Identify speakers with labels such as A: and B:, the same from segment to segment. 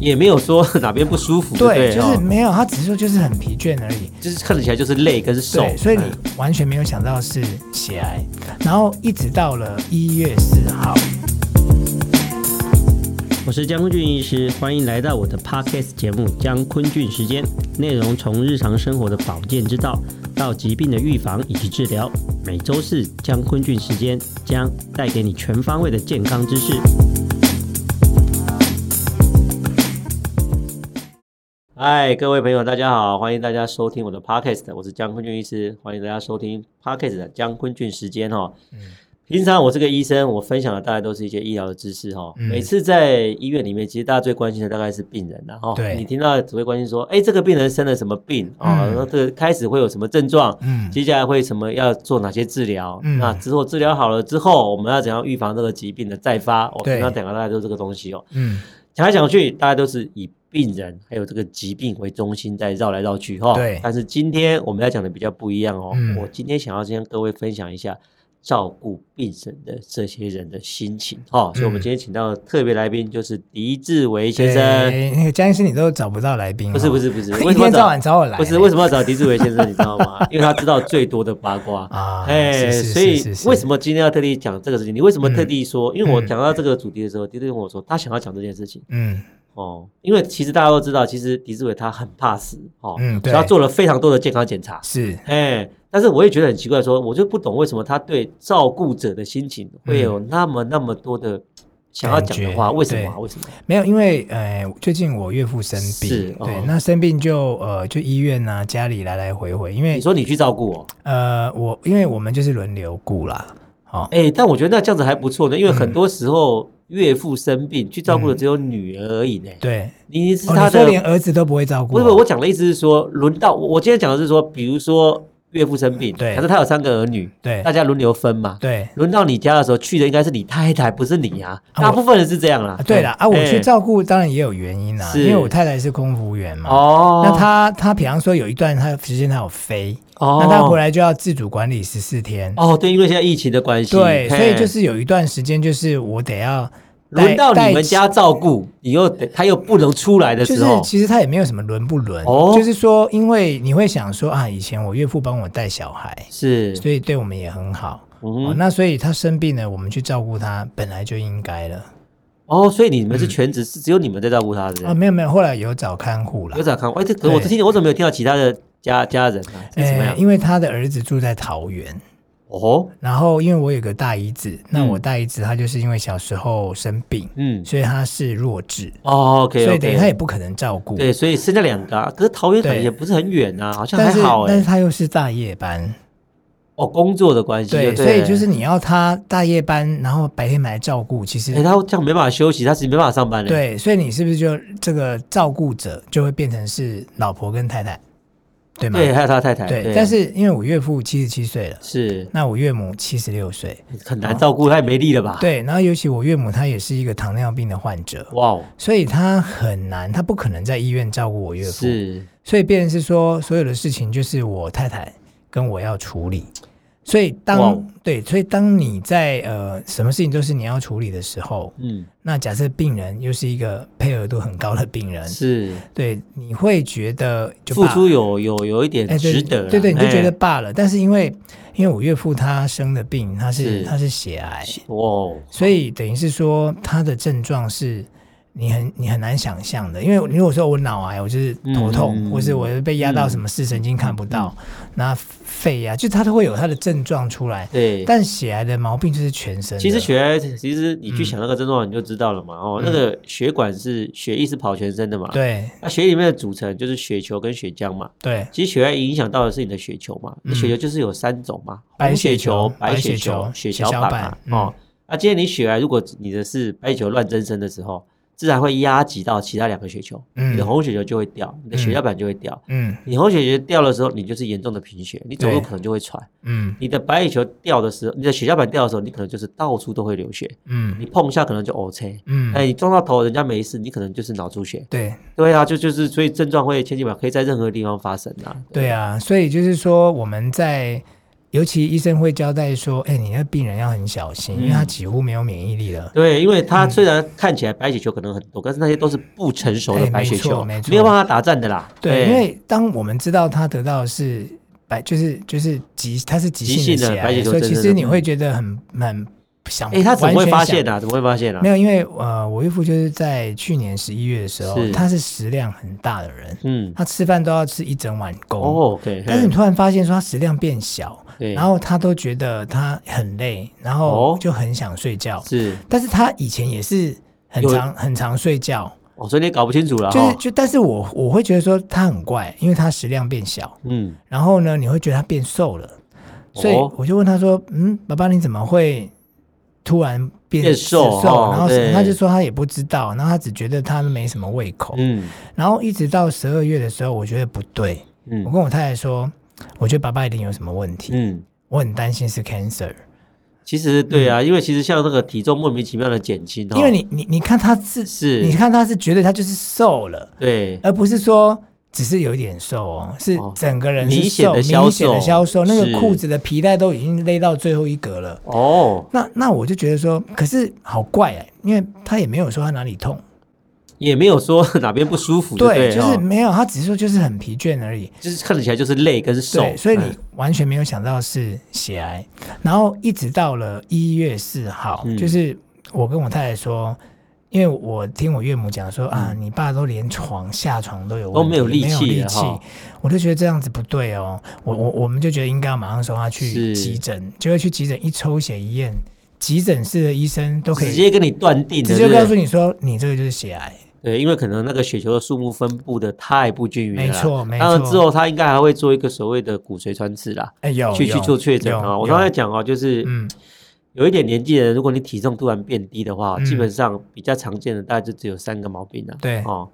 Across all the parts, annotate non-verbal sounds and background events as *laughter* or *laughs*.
A: 也没有说 *laughs* 哪边不舒服，对
B: 对，
A: 不对，
B: 就是
A: 哦
B: 没有，他只是说就是很疲倦而已。
A: 就是看起来就是累跟瘦
B: 对，，所以你
A: 嗯
B: 完全没有想到是血癌，然后一直到了一月四号，
C: 我是江坤俊医师，欢迎来到我的 podcast 节目《江坤俊时间》，内容从日常生活的保健之道到疾病的预防以及治疗。每周四江坤俊时间将带给你全方位的健康知识。
A: 嗨，各位朋友，大家好，欢迎大家收听我的 podcast，我是江坤俊医师，欢迎大家收听 podcast 的江坤俊时间哦。
B: 嗯
A: 平常我这个医生，我分享的大概都是一些医疗的知识哈、哦。
B: 嗯
A: 每次在医院里面，其实大家最关心的大概是病人啦哈、哦。
B: 对
A: 你听到只会关心说，哎，这个病人生了什么病啊？
B: 嗯
A: 然后这个开始会有什么症状？
B: 嗯，
A: 接下来会什么要做哪些治疗？
B: 嗯
A: 那之后治疗好了之后，我们要怎样预防这个疾病的再发？我
B: 对
A: 平常讲的大概都是这个东西哦。
B: 嗯，
A: 讲来讲去，大家都是以病人还有这个疾病为中心在绕来绕去哈、
B: 对
A: 但是今天我们要讲的比较不一样哦。
B: 嗯
A: 我今天想要先跟各位分享一下照顾病人的这些人的心情哈、
B: 嗯
A: 所以我们今天请到的特别来宾就是狄志伟先生。
B: 对，那个江医师你都找不到来宾哦，
A: 不是不
B: *laughs*
A: 是不是，为
B: 一
A: 什么要
B: 天到晚找我来，欸
A: 不是为什么要找狄志伟先生？你知道
B: *laughs*
A: 吗？因为他知道最多的八卦
B: 啊
A: 哎，
B: 是是
A: 所以
B: 是是是
A: 为什么今天要特地讲这个事情？你为什么特地说？因为我
B: 嗯
A: 讲到这个主题的时候，狄志伟跟我说他想要讲这件事情。
B: 嗯
A: 哦，因为其实大家都知道，其实狄志伟他很怕死哦，
B: 嗯
A: 所
B: 对
A: 以他做了非常多的健康检查，
B: 是
A: 哎，但是我也觉得很奇怪说，我就不懂为什么他对照顾者的心情会有那么那么多的想要讲的话，
B: 嗯感觉
A: 为什么啊？为什么？
B: 没有，因为呃，最近我岳父生
A: 是
B: 病，
A: 哦
B: 对，那生病就呃就医院啊，家里来来回回，因为
A: 你说你去照顾我，
B: 呃我因为我们就是轮流顾啦，哦，
A: 哎，但我觉得那这样子还不错呢，因为
B: 嗯
A: 很多时候岳父生病去照顾的只有女儿而已呢，
B: 对，
A: 你是
B: 哦
A: 他
B: 你说
A: 的
B: 连儿子都不会照顾
A: 不
B: 哦，
A: 是不是，我讲的意思是说，轮到我我今天讲的是说，比如说岳父生病，
B: 对
A: 可是他有三个儿女，
B: 对
A: 大家轮流分嘛，
B: 对
A: 轮到你家的时候，去的应该是你太太，不是你啊。
B: 啊
A: 大部分人是这样啦
B: 啊。对啦，啊，我去
A: 哎
B: 照顾当然也有原因啦，
A: 是
B: 因为我太太是空服员嘛，
A: 哦，
B: 那他他比方说有一段他时间他有飞，
A: 哦，
B: 那他回来就要自主管理十四天，
A: 哦，对，因为现在疫情的关系，
B: 对，
A: 嘿
B: 所以就是有一段时间就是我得要带
A: 轮到你
B: 带
A: 们家照顾，你又得他又不能出来的
B: 就
A: 时
B: 是
A: 候，
B: 其实他也没有什么轮不轮，
A: 哦
B: 就是说，因为你会想说啊，以前我岳父帮我带小孩，
A: 是
B: 所以对我们也很好。
A: 嗯
B: 哦
A: 哼，
B: 那所以他生病了，我们去照顾他，本来就应该了
A: 哦，所以你们是全职，是只有你们在照顾他的
B: 啊。
A: 人。
B: 没有没有，后来有找看护了
A: 有。咋看？哎，这可我
B: 对哎
A: 听，我怎么没有听到其他的家家人啊？是怎么样？
B: 因为他的儿子住在桃园，
A: 哦，
B: 然后因为我有个大姨子，那
A: 嗯
B: 我大姨子她就是因为小时候生病，
A: 嗯，
B: 所以她是弱智，
A: 哦，OK，
B: 所以等于她也
A: OK，
B: 不可能照顾。
A: 对，所以剩下两个啊，可是桃园可能
B: 对
A: 也不是很远啊，好像还
B: 但是
A: 好
B: 但是
A: 哎。
B: 她又是大夜班，
A: 哦，工作的关系，
B: 对，
A: 对，
B: 所以就是你要他大夜班，然后白天来照顾，其
A: 哎，
B: 实
A: 他这样没办法休息，他是没办法上班的。
B: 对，所以你是不是就这个照顾者就会变成是老婆跟太太，对吗？
A: 对，还有他太太。
B: 对但是因为我岳父七十七岁了，
A: 是
B: 那我岳母七十六岁，
A: 很难照顾，他也没力了吧？，
B: 对，然后尤其我岳母她也是一个糖尿病的患者，
A: 哇哦，
B: 所以她很难，她不可能在医院照顾我岳父，
A: 是
B: 所以变成是说所有的事情就是我太太跟我要处理。所以
A: 哇
B: 当
A: 哦
B: 对，所以当你在呃什么事情都是你要处理的时候，
A: 嗯
B: 那假设病人又是一个配合度很高的病人，
A: 是
B: 对，你会觉得嗯就
A: 付
B: 罢
A: 出有有有一点
B: 哎，对
A: 值得啦，
B: 对对，你就觉得
A: 哎
B: 罢了。但是因为因为我岳父他生的病，他是
A: 是
B: 他是血癌，
A: 哇哦，
B: 所以等于是说他的症状是你很你很难想象的。因为如果说我脑癌，我就是头痛，
A: 嗯
B: 或是我被压到什么视神经看不到，那肺啊，就他都会有他的症状出来。
A: 对。
B: 但血癌的毛病就是全身的，嗯
A: 其实血癌，其实你去想那个症状，你就知道了嘛。哦，那个血管是血液是跑全身的嘛。。
B: 对
A: 那血液里面的组成就是血球跟血浆嘛。
B: 对
A: 其实血癌影响到的是你的血球嘛。那
B: 嗯
A: 血球就是有三种嘛，
B: 白
A: 红血
B: 血球
A: 白
B: 白
A: 血
B: 血球
A: 血
B: 血
A: 小
B: 小
A: 板
B: 板
A: 嘛。
B: 嗯
A: 哦，那今天你血癌，如果你的是白血球乱增生的时候，自然会压挤到其他两个血球，
B: 嗯
A: 你的红血球就会掉，你的血小板就会掉。
B: 嗯
A: 你红血球掉的时候，你就是严重的贫血，你走路
B: 对
A: 可能就会喘。
B: 嗯
A: 你的白血球掉的时候，你的血小板掉的时候，你可能就是到处都会流血，
B: 嗯
A: 你碰一下可能就 O C。
B: 嗯，
A: 哎，你撞到头，人家没事，你可能就是脑出血。
B: 对。
A: 对啊，就就是所以症状会千奇百怪，可以在任何地方发生啊。
B: 对啊，所以就是说我们在尤其医生会交代说，哎、你那病人要很小心，因为他几乎没有免疫力了。
A: 对，因为
B: 嗯
A: 它虽然看起来白血球可能很多，但是那些都是不成熟
B: 哎
A: 的
B: 没
A: 白血
B: 错
A: 球，
B: 没错
A: 没有办法打战的啦。
B: 对，因为当我们知道他得到的是白，就是就是急，他是急
A: 急性
B: 性
A: 的
B: 血癌
A: 白血
B: 的
A: 球
B: 所以
A: 症
B: 其
A: 真
B: 实
A: 的
B: 你
A: 不
B: 会觉得很很想，
A: 哎，他怎么
B: 完
A: 会
B: 全
A: 发
B: 想
A: 现呢、啊？怎么会发现呢、
B: 没
A: 啊？
B: 有，因为呃，我岳父就是在去年十一月的时候，
A: 是
B: 他是食量很大的人，
A: 嗯，
B: 他吃饭都要吃一整碗公。
A: 哦，OK，
B: 但是
A: 嘿
B: 你突然发现说他食量变小，
A: 对
B: 然后他都觉得他很累，然后
A: 哦
B: 就很想睡觉。
A: 是
B: 但是他以前也是很
A: 有
B: 常很常睡觉，
A: 哦，所以你也搞不清楚了
B: 就
A: 哈、
B: 是就，但是我我会觉得说他很怪，因为他食量变小，
A: 嗯，
B: 然后呢，你会觉得他变瘦了，所以
A: 哦
B: 我就问他说：“嗯，爸爸你怎么会突然变
A: 变瘦哦
B: 然后
A: 对
B: 他就说他也不知道，然后他只觉得他没什么胃口。
A: 嗯
B: 然后一直到十二月的时候，我觉得不对，我
A: 嗯
B: 跟我太太说，我觉得爸爸一定有什么问题，
A: 嗯，
B: 我很担心是 cancer，
A: 其实对啊，因为其实像那个体重莫名其妙的减轻哦，
B: 嗯因为你你你看他是
A: 是
B: 你看他是觉得他就是瘦了，
A: 对
B: 而不是说只是有一点瘦哦，是
A: 哦
B: 整个人是
A: 明显
B: 瘦，
A: 的消
B: 明显的
A: 瘦
B: 消瘦，那
A: 是
B: 个裤子的皮带都已经勒到最后一格了。
A: 哦，
B: 那那我就觉得说，可是好怪哎、因为他也没有说他哪里痛，
A: 也没有说 *laughs* 哪边不舒服，对不对，
B: 就是
A: 哦
B: 没有，他只是说就是很疲倦而已。
A: 就是看起来就是累跟瘦，
B: 对，所以你
A: 嗯
B: 完全没有想到是血癌，然后一直到了一月四号，
A: 嗯
B: 就是我跟我太太说，因为我听我岳母讲说、啊，你爸都连床下床都有问
A: 嗯
B: 题
A: 都没有力气
B: 没有力
A: 了
B: 气
A: 哈，
B: 我就觉得这样子不对哦，我我我们就觉得应该要马上送他去
A: 是
B: 急诊，就会去急诊一抽血一验，急诊室的医生都可以
A: 直接跟你断定的，
B: 直接
A: 对
B: 告
A: 不
B: 诉
A: 对
B: 你说，你这个就是血癌。
A: 对，因为可能那个血球的数目分布的太不均匀了啦，
B: 没错没
A: 当然
B: 错
A: 之后他应该还会做一个所谓的骨髓穿刺啦，
B: 哎，有
A: 去去
B: 有
A: 做确诊
B: 有
A: 啊。我
B: 有
A: 刚才讲哦，就是
B: 嗯，
A: 有一点年纪的人，如果你体重突然变低的话，
B: 嗯
A: 基本上比较常见的大概就只有三个毛病了。
B: 对
A: 哦，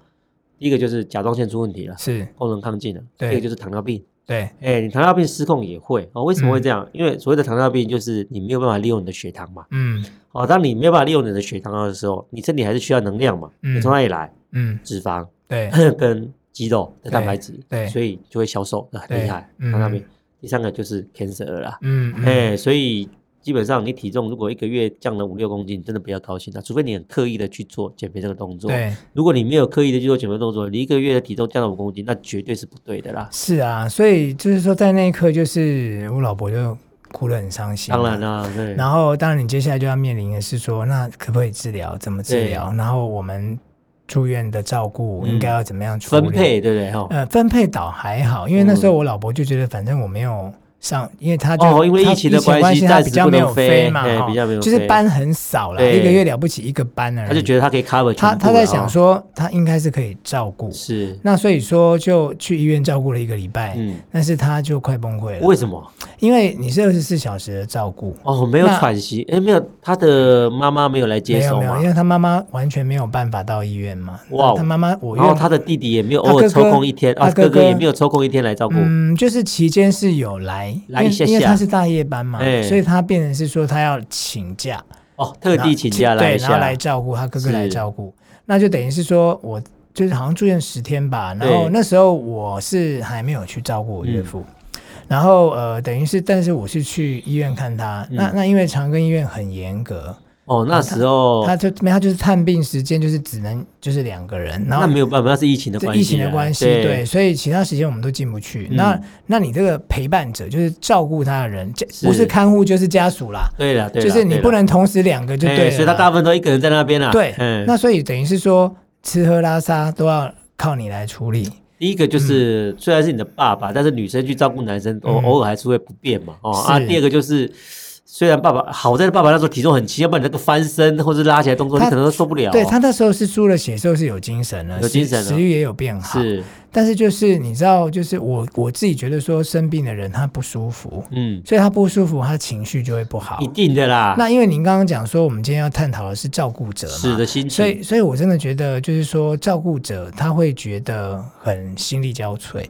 A: 第一个就是甲状腺出问题了，
B: 是
A: 功能亢进了；第
B: 对
A: 二个就是糖尿病。
B: 对，
A: 哎，你糖尿病失控也会哦？为什么会
B: 嗯
A: 这样？因为所谓的糖尿病就是你没有办法利用你的血糖嘛。
B: 嗯
A: 哦，当你没有办法利用你的血糖的时候，你身体还是需要能量嘛。
B: 嗯
A: 你从哪里来？
B: 嗯，
A: 脂肪 *laughs*
B: 对，
A: 跟肌肉的蛋白质，
B: 对对
A: 所以就会消瘦，那很厉
B: 对
A: 害。
B: 嗯
A: 糖尿病。第三个就是 cancer 了啦。
B: 嗯嗯
A: 哎、所以基本上你体重如果一个月降了五六公斤，真的不要高兴了，除非你很刻意的去做减肥这个动作。，
B: 对，
A: 如果你没有刻意的去做减肥动作，你一个月的体重降了五公斤，那绝对是不对的啦。
B: 是啊，所以就是说，在那一刻，就是我老婆就哭得很伤心。
A: 当然。啦，对，
B: 啊然后，当然，你接下来就要面临的是说，那可不可以治疗？怎么治
A: 对
B: 疗？然后我们住院的照顾
A: 嗯
B: 应该要怎么样处理？
A: 分配对不对？哈、
B: 呃，分配倒还好，因为那时候我老婆就觉得，反正我没有上，因为她就、
A: 哦因为
B: 她
A: 疫情的关系
B: 关她
A: 暂时
B: 比较
A: 不
B: 没
A: 能
B: 有
A: 飞
B: 嘛，
A: 哎
B: 哈
A: 比较没有
B: 就是
A: 飞
B: 班很少了，
A: 对
B: 一个月了不起一个班而已。
A: 他就觉得他可以 cover
B: 她
A: 全部
B: 她在
A: 了
B: 想
A: 哈
B: 说，她应该是可以照顾，
A: 是，
B: 那所以说就去医院照顾了一个礼拜，
A: 嗯，
B: 但是她就快崩溃了，
A: 为什么？
B: 因为你是二十四小时的照顾，
A: 哦，没有
B: 那
A: 喘息，哎，没有，他的妈妈没有来接
B: 没有
A: 手
B: 没有，
A: 嘛
B: 因，为她妈妈完全没有办法到医院嘛，
A: 哇哦
B: 她妈妈我
A: 然后
B: 院
A: 他的弟弟也没有
B: 他
A: 偶
B: 哥
A: 尔
B: 哥
A: 抽空一天，
B: 他
A: 啊，
B: 哥
A: 哥哥也
B: 哥
A: 没有抽空一天来照顾，
B: 嗯，就是期间是有来，
A: 来
B: 因为
A: 一下
B: 因为
A: 下
B: 他是大夜班嘛，
A: 哎
B: 所以他变成是说他要请假，
A: 哦，特
B: 然后
A: 地请假来
B: 对，
A: 一
B: 然后
A: 下，
B: 来照顾他哥哥
A: 是
B: 来照顾，那就等于是说我就是好像住院十天吧，然后
A: 对嗯
B: 那时候我是还没有去照顾我岳父。然后呃，等于是，但是我是去医院看他。
A: 嗯
B: 那那因为长庚医院很严格，
A: 哦，那时候
B: 他就没有他就是探病时间就是只能就是两个人，然后
A: 那没有办法，那是疫情的
B: 这
A: 关系啊，
B: 疫情的关系，对，所以其他时间我们都进不去。那
A: 嗯
B: 那你这个陪伴者就是照顾他的人，家
A: 是
B: 不是看护就是家属啦，
A: 对了，对
B: 就
A: 啦
B: 是你不，能同时两个就
A: 对啦哎
B: 对了啦。
A: 所以他大部分都一个人在那边啦。
B: 对，
A: 嗯，
B: 那所以等于是说吃喝拉撒都要靠你来处理。
A: 第一个就是虽然是你的爸爸，但是女生去照顾男生，偶
B: 嗯
A: 偶尔还是会不便嘛。哦
B: 是
A: 啊，第二个就是。虽然爸爸好在爸爸那时候体重很轻，要不然你那个翻身或是拉起来动作，你
B: 他
A: 可能都受不了哦。
B: 对他那时候是输了血之后是有精神了，
A: 有精神了
B: 食食欲也有变好。
A: 是
B: 但是就是你知道，就是我我自己觉得说生病的人他不舒服，
A: 嗯，
B: 所以他不舒服，他情绪就会不好
A: 一。定的啦。
B: 那因为您刚刚讲说，我们今天要探讨的是照顾者嘛，
A: 是的心情，
B: 所以，所以我真的觉得，就是说，照顾者他会觉得很心力交瘁。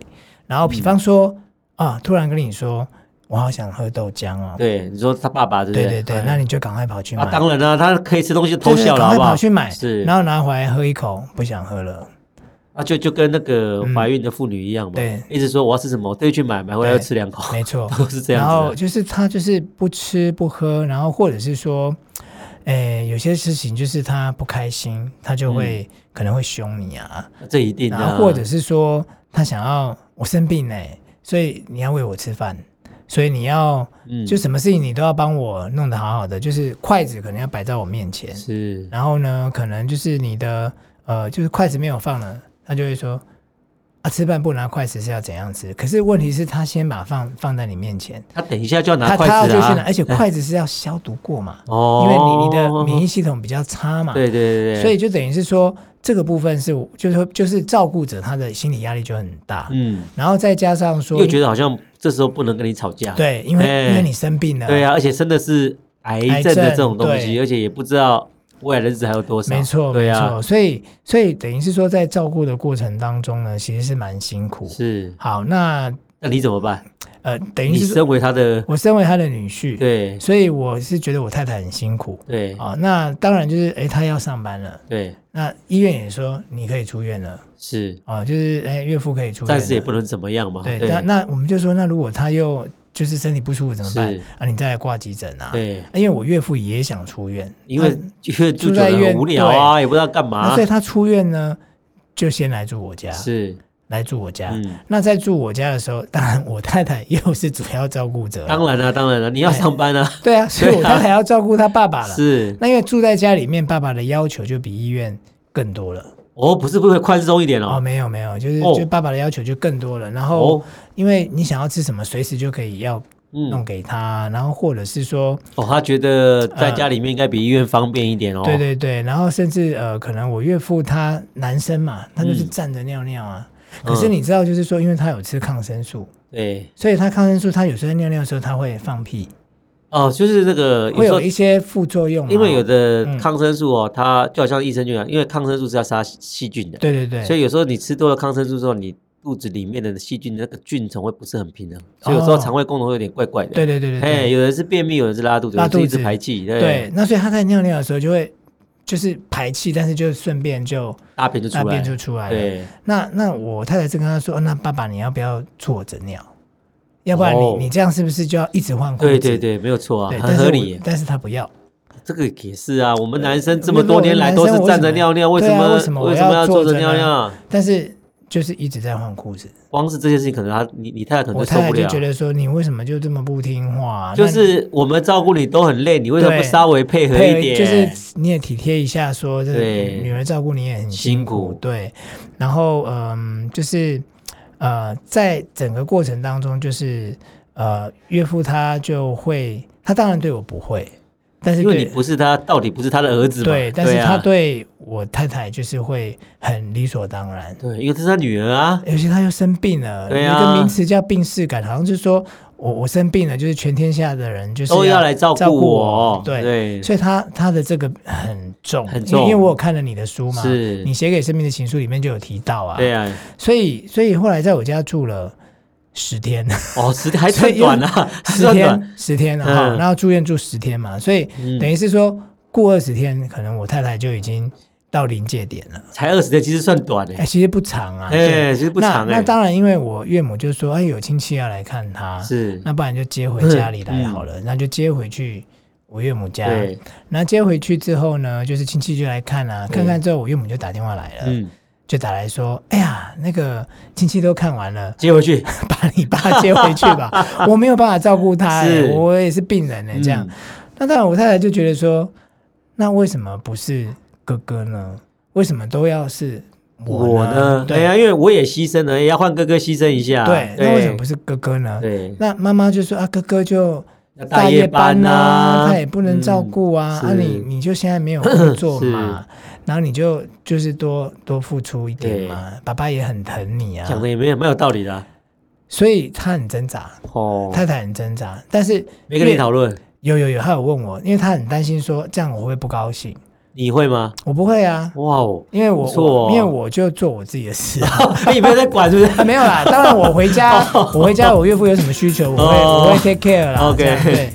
B: 然后，比方
A: 嗯
B: 说、啊，突然跟你说，我好想喝豆浆哦，
A: 对你说他爸爸对不
B: 对
A: 对
B: 对对
A: 哎
B: 那你就赶快跑去买，
A: 啊，当然啦，他可以吃东西就偷
B: 对对
A: 笑了，
B: 赶
A: 好
B: 快
A: 不好
B: 跑？去买，
A: 是
B: 然后拿回来喝一口，不想喝了。
A: 啊，就就跟那个怀孕的妇女一样嘛，
B: 嗯对
A: 一直说我要吃什么，我特意去买，买回来又
B: 对
A: 吃两口，
B: 没错
A: *laughs* 都是这样
B: 然
A: 子
B: 后
A: 啊。
B: 就是他就是不吃不喝，然后或者是说，诶、有些事情就是他不开心，他就会、可能会凶你啊，
A: 这嗯一定的
B: 然
A: 啊，
B: 后或者是说他想要我生病嘞、所以你要喂我吃饭，所以你要
A: 嗯
B: 就什么事情你都要帮我弄得好好的，就是筷子可能要摆在我面前，
A: 是
B: 然后呢，可能就是你的呃，就是筷子没有放了，他就会说啊，吃饭不拿筷子是要怎样吃？可是问题是，他先把放放在你面前，
A: 他等一下就要拿
B: 他
A: 嗯筷
B: 他要
A: 子
B: 就
A: 了啊
B: 去拿，，而且筷子是要消毒过嘛，
A: 哦，
B: 因为你你的免疫系统比较差嘛，
A: 对对对对，
B: 所以就等于是说这个部分是我就是说就是照顾者他的心理压力就很大，
A: 嗯，
B: 然后再加上说
A: 又觉得好像这时候不能跟你吵架，
B: 对，因为、
A: 哎
B: 因为你生病了，
A: 对啊，而且真的是癌
B: 癌
A: 症的这
B: 症
A: 种东西，
B: 对
A: 而且也不知道未来的日子还有多少，
B: 没错，
A: 对
B: 没
A: 啊，
B: 错，所以所以等于是说，在照顾的过程当中呢，其实是蛮辛苦。
A: 是，
B: 好，那
A: 那你怎么办？
B: 呃，等于
A: 你
B: 是说
A: 身为他的，
B: 我身为他的女婿，，
A: 对
B: 所以我是觉得我太太很辛苦
A: 对
B: 啊、那当然就是，诶，她要上班了，
A: 对，
B: 那医院也说你可以出院了
A: 是，
B: 啊、就是诶，岳父可以出院了，
A: 暂时也不能怎么样嘛，
B: 对。那那我们就说，那如果他又就是身体不舒服怎么办
A: 是
B: 啊？你再来挂急诊啊？
A: 对，
B: 因为我岳父也想出院，
A: 因为 *laughs*
B: 那
A: 因为住
B: 住
A: 久
B: 在
A: 了
B: 医
A: 很
B: 院
A: 无聊啊，也不知道干
B: 那
A: 嘛
B: 所以，他出院呢，就先来住我家，
A: 是，
B: 来住我家。
A: 嗯。
B: 那在住我家的时候，当然我太太又是主要照顾者了，
A: 当然了、当然了、你要上班啊，*laughs*
B: 对啊，所以我太太要照顾她爸爸了。
A: 是
B: 那因为住在家里面，爸爸的要求就比医院更多了。
A: 哦，不是不会宽松一点
B: 哦，
A: 哦，
B: 没有没有，就是、
A: 哦
B: 就爸爸的要求就更多了。然后、
A: 哦，
B: 因为你想要吃什么，随时就可以要弄
A: 嗯，
B: 给他，然后或者是说，
A: 哦，他觉得在家里面应该比医院方便一点哦，
B: 呃对对对，然后甚至呃，可能我岳父他男生嘛，他就是
A: 嗯
B: 站着尿尿
A: 嗯
B: 啊。可是你知道，就是说，因为他有吃抗生素，
A: 对，
B: 所以他抗生素他有时候尿尿的时候他会放屁，
A: 哦，就是那个有
B: 会
A: 时候
B: 有一些副作用嘛。
A: 因为有的
B: 嗯
A: 抗生素哦，它就好像益生菌一样，因为抗生素是要杀细菌的，
B: 对对对，
A: 所以有时候你吃多了抗生素之后，你肚子里面的细菌那个菌虫会不是很平衡，所以有时候
B: 哦
A: 肠胃功能会有点怪怪的。
B: 对对对对对，
A: 哎，有人是便秘，有人是拉肚子，有
B: 拉
A: 人是一
B: 肚
A: 直
B: 子
A: 排气，对，
B: 对，那所以他在尿尿的时候就会就是排气，但是就顺便就
A: 大便就
B: 那
A: 出来
B: 便，就出来了。
A: 对，
B: 那那我太太就跟他说、哦那爸爸你要不要坐着尿？要不然你、
A: 哦
B: 你这样是不是就要一直换裤子？
A: 对对对，没有错啊，
B: 对，
A: 很
B: 但是
A: 合
B: 我
A: 理耶。
B: 但是他不要，
A: 这个也是啊，我们男生这
B: 我
A: 么
B: 就说
A: 多年来都
B: 我们
A: 是
B: 男生
A: 站着尿尿，为什么
B: 为什么
A: 为
B: 对
A: 什
B: 啊为什么我
A: 么
B: 要
A: 要坐着
B: 坐着
A: 尿
B: 呢
A: 尿？
B: 但是就是一直在换裤子。
A: 光是这件事情，可能他你你太太可能
B: 我
A: 就受
B: 太太
A: 不
B: 就
A: 了。
B: 觉得说你为什么就这么不听话、啊那
A: 就
B: 你
A: 是我们照顾你都很累，你为什么不
B: 对
A: 稍微配合
B: 配
A: 一
B: 合
A: 点？
B: 就是你也体贴一下说，这
A: 对
B: 女儿照顾你也很
A: 辛
B: 辛
A: 苦
B: 对。然后嗯，就是呃，在整个过程当中，就是呃，岳父他就会，他当然对我不会，但是
A: 因为你
B: 对
A: 不是他，到底不是他的儿子嘛？
B: 对，但是
A: 啊
B: 他对我太太就是会很理所当然。
A: 对，因为这是他女儿啊，
B: 尤其他又生病了，
A: 对
B: 有
A: 啊
B: 一个名词叫病逝感，好像就是说我我生病了，就是全天下的人就是
A: 都要来照
B: 照
A: 顾我。
B: 对，所以他他的这个很重，
A: 很重
B: 因为我有看了你的书嘛，
A: 是
B: 你写给生命的情书里面就有提到啊，
A: 对啊，
B: 所以所以后来在我家住了
A: *laughs*
B: 十天，
A: 哦，时间还算短啊，还
B: 十
A: 算短，
B: 天十天啊，
A: 嗯
B: 哈然后住院住十天嘛，所以
A: 嗯
B: 等于是说过二十天，可能我太太就已经到临界点了，
A: 才二十天，其实算短
B: 哎，
A: 哎，
B: 其实不长啊，对
A: 哎，其实不长
B: 那那
A: 哎，
B: 当然，因为我岳母就说，哎，有亲戚要来看他，
A: 是，嗯
B: 那不然就接回家里来好了，那就接回去我岳母家。
A: 对，
B: 那接回去之后呢，就是亲戚就来看啊，
A: 对
B: 看看之后我岳母就打电话来了，
A: 嗯，，
B: 就打来说，哎呀，那个亲戚都看完了 *laughs*
A: 接回去，
B: 把你爸接回去
A: *laughs*
B: 吧，我没有办法照顾他、
A: 是
B: 哎我也是病人呢、哎这样。
A: 嗯
B: 那当然，我太太就觉得说，那为什么不是哥哥呢？为什么都要是
A: 我
B: 我
A: 呢？
B: 对
A: 对啊，因为我也牺牲了，也要换哥哥牺牲一下。
B: 对，那为什么不是哥哥呢？
A: 啊对，
B: 那妈妈就说啊，哥哥就
A: 要大夜
B: 夜
A: 班啊
B: 呐、
A: 呐
B: 他也不能照顾啊，
A: 嗯
B: 啊
A: 是
B: 你你就现在没有工作
A: *coughs*
B: 嘛，然后你就就是多多付出一点嘛，爸爸也很疼你啊，
A: 嗯讲的也没有蛮有道理的啊
B: 所以他很挣扎，
A: 哦。
B: 太太很挣扎，但是
A: 没跟你
B: 因为
A: 讨论，
B: 有有有，他有问我，因为他很担心说这样我会不会不高兴，
A: 你会吗？
B: 我不会啊，
A: 哇
B: *laughs*
A: 哦，
B: 因为我、
A: 不错哦
B: 我因为我就做我自己的事啊。
A: 你没有在管是不是？
B: 啊没有啦，当然我回家，我回家我岳父有什么需求，我会、
A: 哦
B: 我会 take care 啦。
A: OK
B: 这样对，